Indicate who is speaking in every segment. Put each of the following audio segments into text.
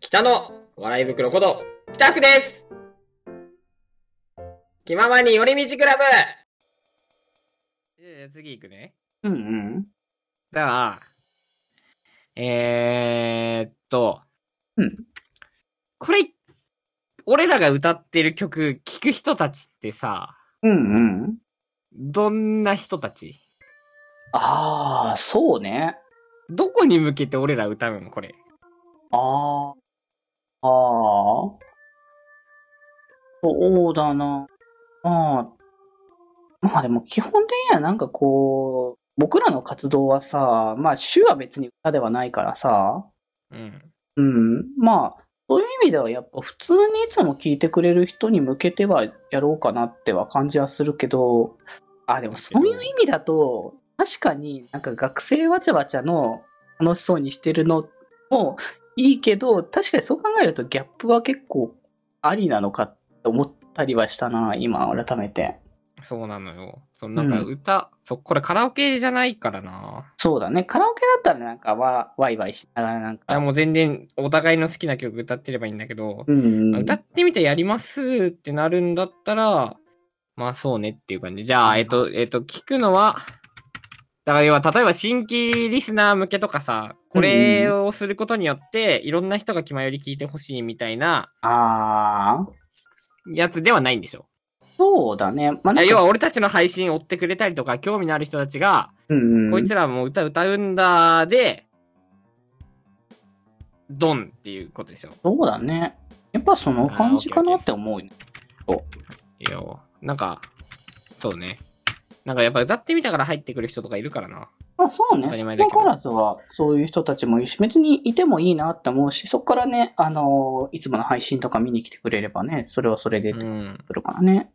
Speaker 1: 北の笑い袋こと、北区です気ままに寄り道クラブ
Speaker 2: じゃあ次行くね。
Speaker 3: うんうん。
Speaker 2: じゃあ、えー、っと、
Speaker 3: うん。
Speaker 2: これ、俺らが歌ってる曲、聴く人たちってさ、
Speaker 3: うんうん。
Speaker 2: どんな人たち
Speaker 3: ああ、そうね。
Speaker 2: どこに向けて俺ら歌うのこれ。
Speaker 3: ああ。ああ。そうだな。まあ。まあでも基本的にはなんかこう、僕らの活動はさ、まあ主は別に歌ではないからさ、
Speaker 2: うん。
Speaker 3: うん。まあ、そういう意味ではやっぱ普通にいつも聞いてくれる人に向けてはやろうかなっては感じはするけど、あ、でもそういう意味だと、確かになんか学生わちゃわちゃの楽しそうにしてるのもいいけど、確かにそう考えるとギャップは結構ありなのかって思ったりはしたな、今改めて。
Speaker 2: そうなのよ。そのなんか歌、そ、これカラオケじゃないからな。
Speaker 3: そうだね。カラオケだったらなんかわワイワイしながらなん
Speaker 2: いや
Speaker 3: か。
Speaker 2: もう全然お互いの好きな曲歌ってればいいんだけど、
Speaker 3: うん。
Speaker 2: 歌ってみてやりますってなるんだったら、まあそうねっていう感じ。じゃあ、えっと、えっと、聞くのは、だから要は、例えば新規リスナー向けとかさ、これをすることによって、いろんな人が気前より聞いてほしいみたいな
Speaker 3: ああ。
Speaker 2: やつではないんでしょ。
Speaker 3: そうだね。まあ、
Speaker 2: い
Speaker 3: な
Speaker 2: や
Speaker 3: んか
Speaker 2: 要は、俺たちの配信追ってくれたりとか、興味のある人たちが、
Speaker 3: うんうん
Speaker 2: こいつらも歌歌うんだで、ドンっていうことでしょ。
Speaker 3: そうだね。やっぱその感じかなって思うね。
Speaker 2: いや、なんか、そうね。なんかやっぱ歌ってみたから入ってくる人とかいるからな。
Speaker 3: まあそうね。
Speaker 2: 当たり
Speaker 3: ス
Speaker 2: 前
Speaker 3: プ
Speaker 2: だ
Speaker 3: ーン
Speaker 2: けど
Speaker 3: カラスはそういう人たちもいいし、別にいてもいいなって思うし、そこからね、あのーいつもの配信とか見に来てくれればね、それはそれで
Speaker 2: う
Speaker 3: 来
Speaker 2: ん。
Speaker 3: るからね。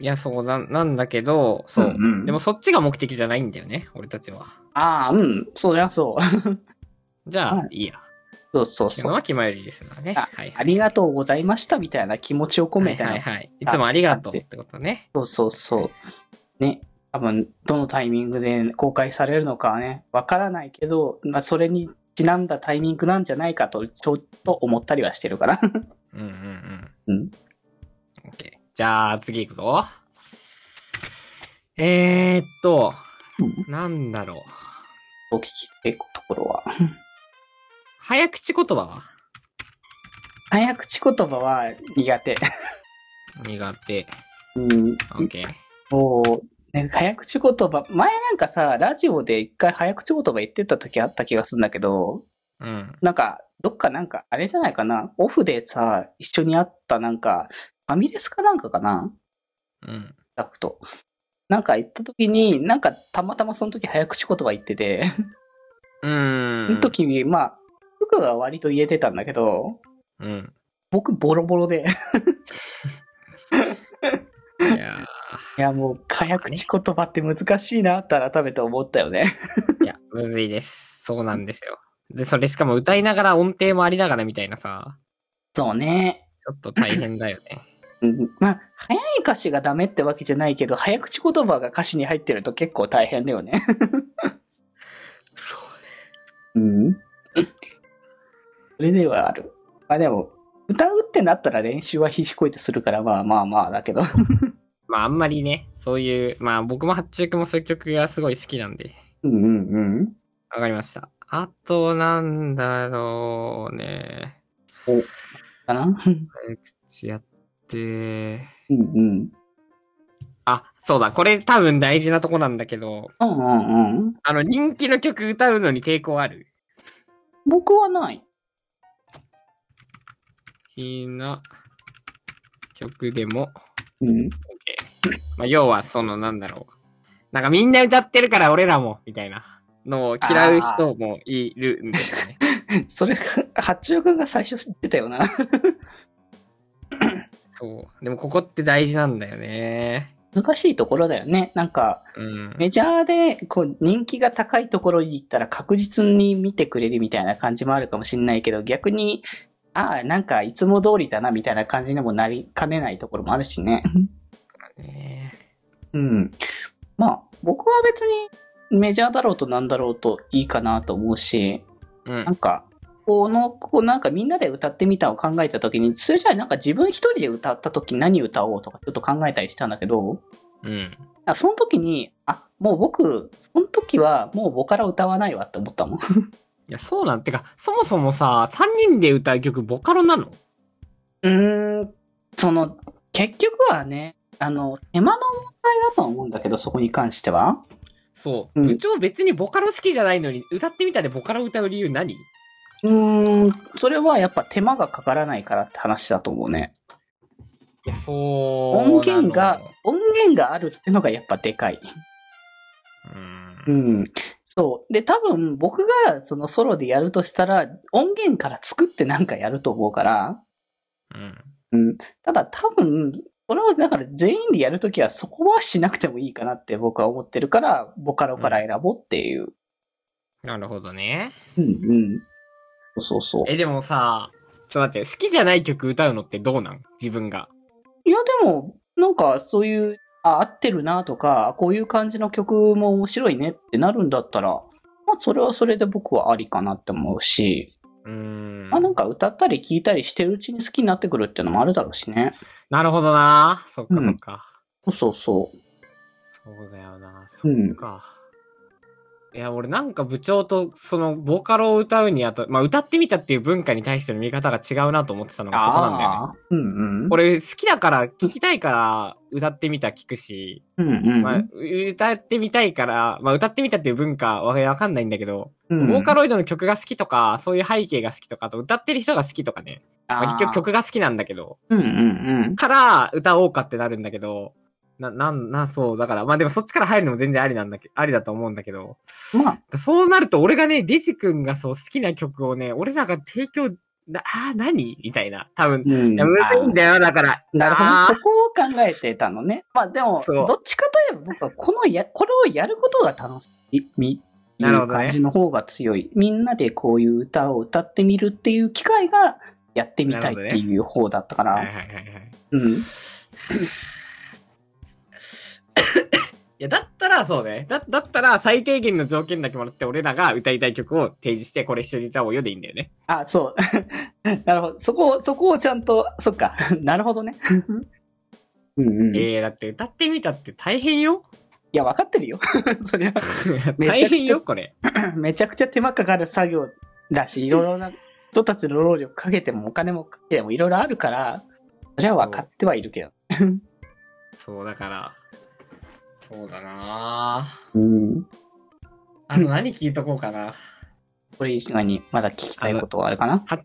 Speaker 2: いや、そうな、なんだけど、そう。
Speaker 3: んうん
Speaker 2: でもそっちが目的じゃないんだよね、俺たちは。
Speaker 3: ああ、うん。そりゃそう。
Speaker 2: じゃあ、、
Speaker 3: はい
Speaker 2: いや。
Speaker 3: そうそう
Speaker 2: っていう
Speaker 3: そ
Speaker 2: の
Speaker 3: う。
Speaker 2: は気前よりですなね。
Speaker 3: あ
Speaker 2: はいはい。
Speaker 3: ありがとうございましたみたいな気持ちを込めて、
Speaker 2: はいはいはい。いつもありがとうってことね。
Speaker 3: そうそうそう。ね。多分、どのタイミングで公開されるのかはね、わからないけど、まあ、それにちなんだタイミングなんじゃないかと、ちょっと思ったりはしてるから。
Speaker 2: うんうんうん。
Speaker 3: うん。
Speaker 2: オッケー。じゃあ、次行くぞ。えー、っと、
Speaker 3: うん
Speaker 2: なんだろう。
Speaker 3: お聞きたいところは。
Speaker 2: 早口言葉は
Speaker 3: 早口言葉は苦手。
Speaker 2: 苦手。
Speaker 3: うん。
Speaker 2: オッケー。
Speaker 3: もう、ね、早口言葉、前なんかさ、ラジオで一回早口言葉言ってた時あった気がするんだけど、
Speaker 2: うん。
Speaker 3: なんか、どっかなんか、あれじゃないかな。オフでさ、一緒に会ったなんか、ファミレスかなんかかな
Speaker 2: うん。
Speaker 3: スタッフと。なんか行った時に、なんかたまたまその時早口言葉言ってて、
Speaker 2: うーん。
Speaker 3: その時に、まあ、僕が割と言えてたんだけど、
Speaker 2: うん。
Speaker 3: 僕ボロボロで、
Speaker 2: いや
Speaker 3: いやもう早口言葉って難しいなって改めて思ったよね。
Speaker 2: ー、いや、むずいです。そうなんですよ。で、それしかも歌いながら音程もありながらみたいなさ、
Speaker 3: そうね。
Speaker 2: ちょっと大変だよ ね。
Speaker 3: うんまあ、早い歌詞がダメってわけじゃないけど、早口言葉が歌詞に入ってると結構大変だよね。 うん。それではある。まあでも、歌うってなったら練習は必死こいてするから、まあまあまあだけど。
Speaker 2: まあ、あんまりね、そういう、まあ、僕も八中君もそういう曲がすごい好きなんで、
Speaker 3: うんうん
Speaker 2: わかりました。あと、なんだろうね。
Speaker 3: うん。かなうん
Speaker 2: 早口やって、
Speaker 3: うん。
Speaker 2: あ、そうだ、これ多分大事なとこなんだけど、
Speaker 3: うんうんうん。
Speaker 2: あの、人気の曲歌うのに抵抗ある
Speaker 3: 僕はない。
Speaker 2: 気な曲でも、
Speaker 3: うん。
Speaker 2: まあ、要はそのなんだろう。なんかみんな歌ってるから俺らも、みたいなのを嫌う人もいるんですよね。
Speaker 3: それが、八中君が最初知ってたよな。
Speaker 2: そう。でもここって大事なんだよね。
Speaker 3: 難しいところだよね。なんか、
Speaker 2: うん。
Speaker 3: メジャーでこう人気が高いところに行ったら確実に見てくれるみたいな感じもあるかもしれないけど、逆に、ああ、なんかいつも通りだなみたいな感じにもなりかねないところもあるしね。
Speaker 2: ね
Speaker 3: うん。まあ、僕は別にメジャーだろうとなんだろうといいかなと思うし、
Speaker 2: うん
Speaker 3: なんか、この、こうなんかみんなで歌ってみたを考えたときに、それじゃあなんか自分一人で歌ったとき何歌おうとかちょっと考えたりしたんだけど、
Speaker 2: うん。
Speaker 3: あその時に、あ、もう僕、その時はもうボカロ歌わないわって思ったもん。
Speaker 2: いや、そうなんてか、そもそもさ、3人で歌う曲、ボカロなの
Speaker 3: うーん、その、結局はね、あの、手間の問題だと思うんだけど、そこに関しては。
Speaker 2: そう、
Speaker 3: うん
Speaker 2: 部長別にボカロ好きじゃないのに、歌ってみたでボカロ歌う理由何
Speaker 3: うーん、それはやっぱ手間がかからないからって話だと思うね。
Speaker 2: いや、そう。
Speaker 3: 音源が、音源があるってのがやっぱでかい。
Speaker 2: なの。う。
Speaker 3: うんん。そう。で、多分僕がそのソロでやるとしたら、音源から作ってなんかやると思うから、
Speaker 2: うん。
Speaker 3: うん。ただ多分、それはだから全員でやるときはそこはしなくてもいいかなって僕は思ってるから、ボカロから選ぼうっていう。
Speaker 2: なるほどね。
Speaker 3: うんうん。そうそうそう。
Speaker 2: え、でもさ、ちょっと待って、好きじゃない曲歌うのってどうなん自分が。
Speaker 3: いやでも、なんかそういう、あ、合ってるなとか、こういう感じの曲も面白いねってなるんだったら、まあそれはそれで僕はありかなって思うし、
Speaker 2: うーん。
Speaker 3: まあなんか歌ったり聴いたりしてるうちに好きになってくるっていうのもあるだろうしね。
Speaker 2: なるほどな。そっか
Speaker 3: うん
Speaker 2: そっか。
Speaker 3: そうそうそう。
Speaker 2: そうだよな。そ
Speaker 3: うん
Speaker 2: っか。いや、俺なんか部長と、その、ボカロを歌うにあた、まあ、歌ってみたっていう文化に対しての見方が違うなと思ってたのがそこなんだよね。
Speaker 3: ああ、うんうん。
Speaker 2: 俺、好きだから、聞きたいから、歌ってみた聞くし、
Speaker 3: うんうん。
Speaker 2: まあ、歌ってみたいから、まあ、歌ってみたっていう文化はわかんないんだけど、
Speaker 3: うん
Speaker 2: ボーカロイドの曲が好きとか、そういう背景が好きとか、あと歌ってる人が好きとかね、まあ、結局曲が好きなんだけど、
Speaker 3: うんうんうん。
Speaker 2: から歌おうかってなるんだけど、な、なん、な、そう、だから、まあでもそっちから入るのも全然ありなんだけ、ありだと思うんだけど、
Speaker 3: まあ、
Speaker 2: そうなると俺がね、デジ君がそう好きな曲をね、俺らが提供、な、あー何みたいな、多分。
Speaker 3: うん
Speaker 2: いや、むずいんだよ、だから。
Speaker 3: なるほ
Speaker 2: あ
Speaker 3: ど。
Speaker 2: ー
Speaker 3: そこを考えてたのね。まあでも、
Speaker 2: そう
Speaker 3: どっちかといえば僕はこのや、これをやることが楽しい、み、い
Speaker 2: なるほ
Speaker 3: う
Speaker 2: どね
Speaker 3: 感じの方が強い。みんなでこういう歌を歌ってみるっていう機会が、やってみたいっていう方だったか
Speaker 2: はいはい
Speaker 3: ら。
Speaker 2: はいはい。
Speaker 3: うん。
Speaker 2: いや、だったらそうね。だ、だったら最低限の条件だけもらって、俺らが歌いたい曲を提示して、これ一緒に歌おうよでいいんだよね。
Speaker 3: あ、そう。 なるほど。そこを、そこをちゃんと、そっか。 なる ほどね。うんうん。い
Speaker 2: えー、だって歌ってみたって大変よ。
Speaker 3: や、わかってるよ。 それは、 めち
Speaker 2: 大
Speaker 3: ゃくちゃ
Speaker 2: 変よ、これ。
Speaker 3: めちゃくちゃ手間かかる作業だし、いろいろな人たちの労力かけてもお金もかけてもいろいろあるから、それは分かってはいるけど。
Speaker 2: そう、だから。そうだなぁ。
Speaker 3: うん。
Speaker 2: あの、何聞いとこうかな。
Speaker 3: これ以外にまだ聞きたいことはあるかな
Speaker 2: はっ、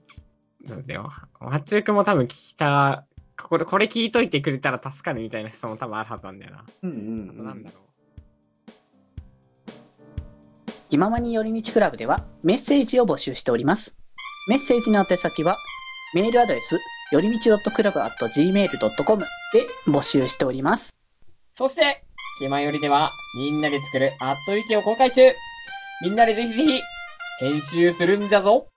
Speaker 2: そうだよ。はっちゅうくんも多分聞いた、これ、これ聞いといてくれたら助かるみたいな質問多分あるはずなんだよな。
Speaker 3: うん
Speaker 2: あとなんだろう。
Speaker 3: 気ままに寄り道クラブではメッセージを募集しております。メッセージの宛先は、メールアドレス、よりみち .club.gmail.com で募集しております。
Speaker 1: そして、気まよりでは、みんなで作るアットウィキを公開中みんなでぜひぜひ、編集するんじゃぞ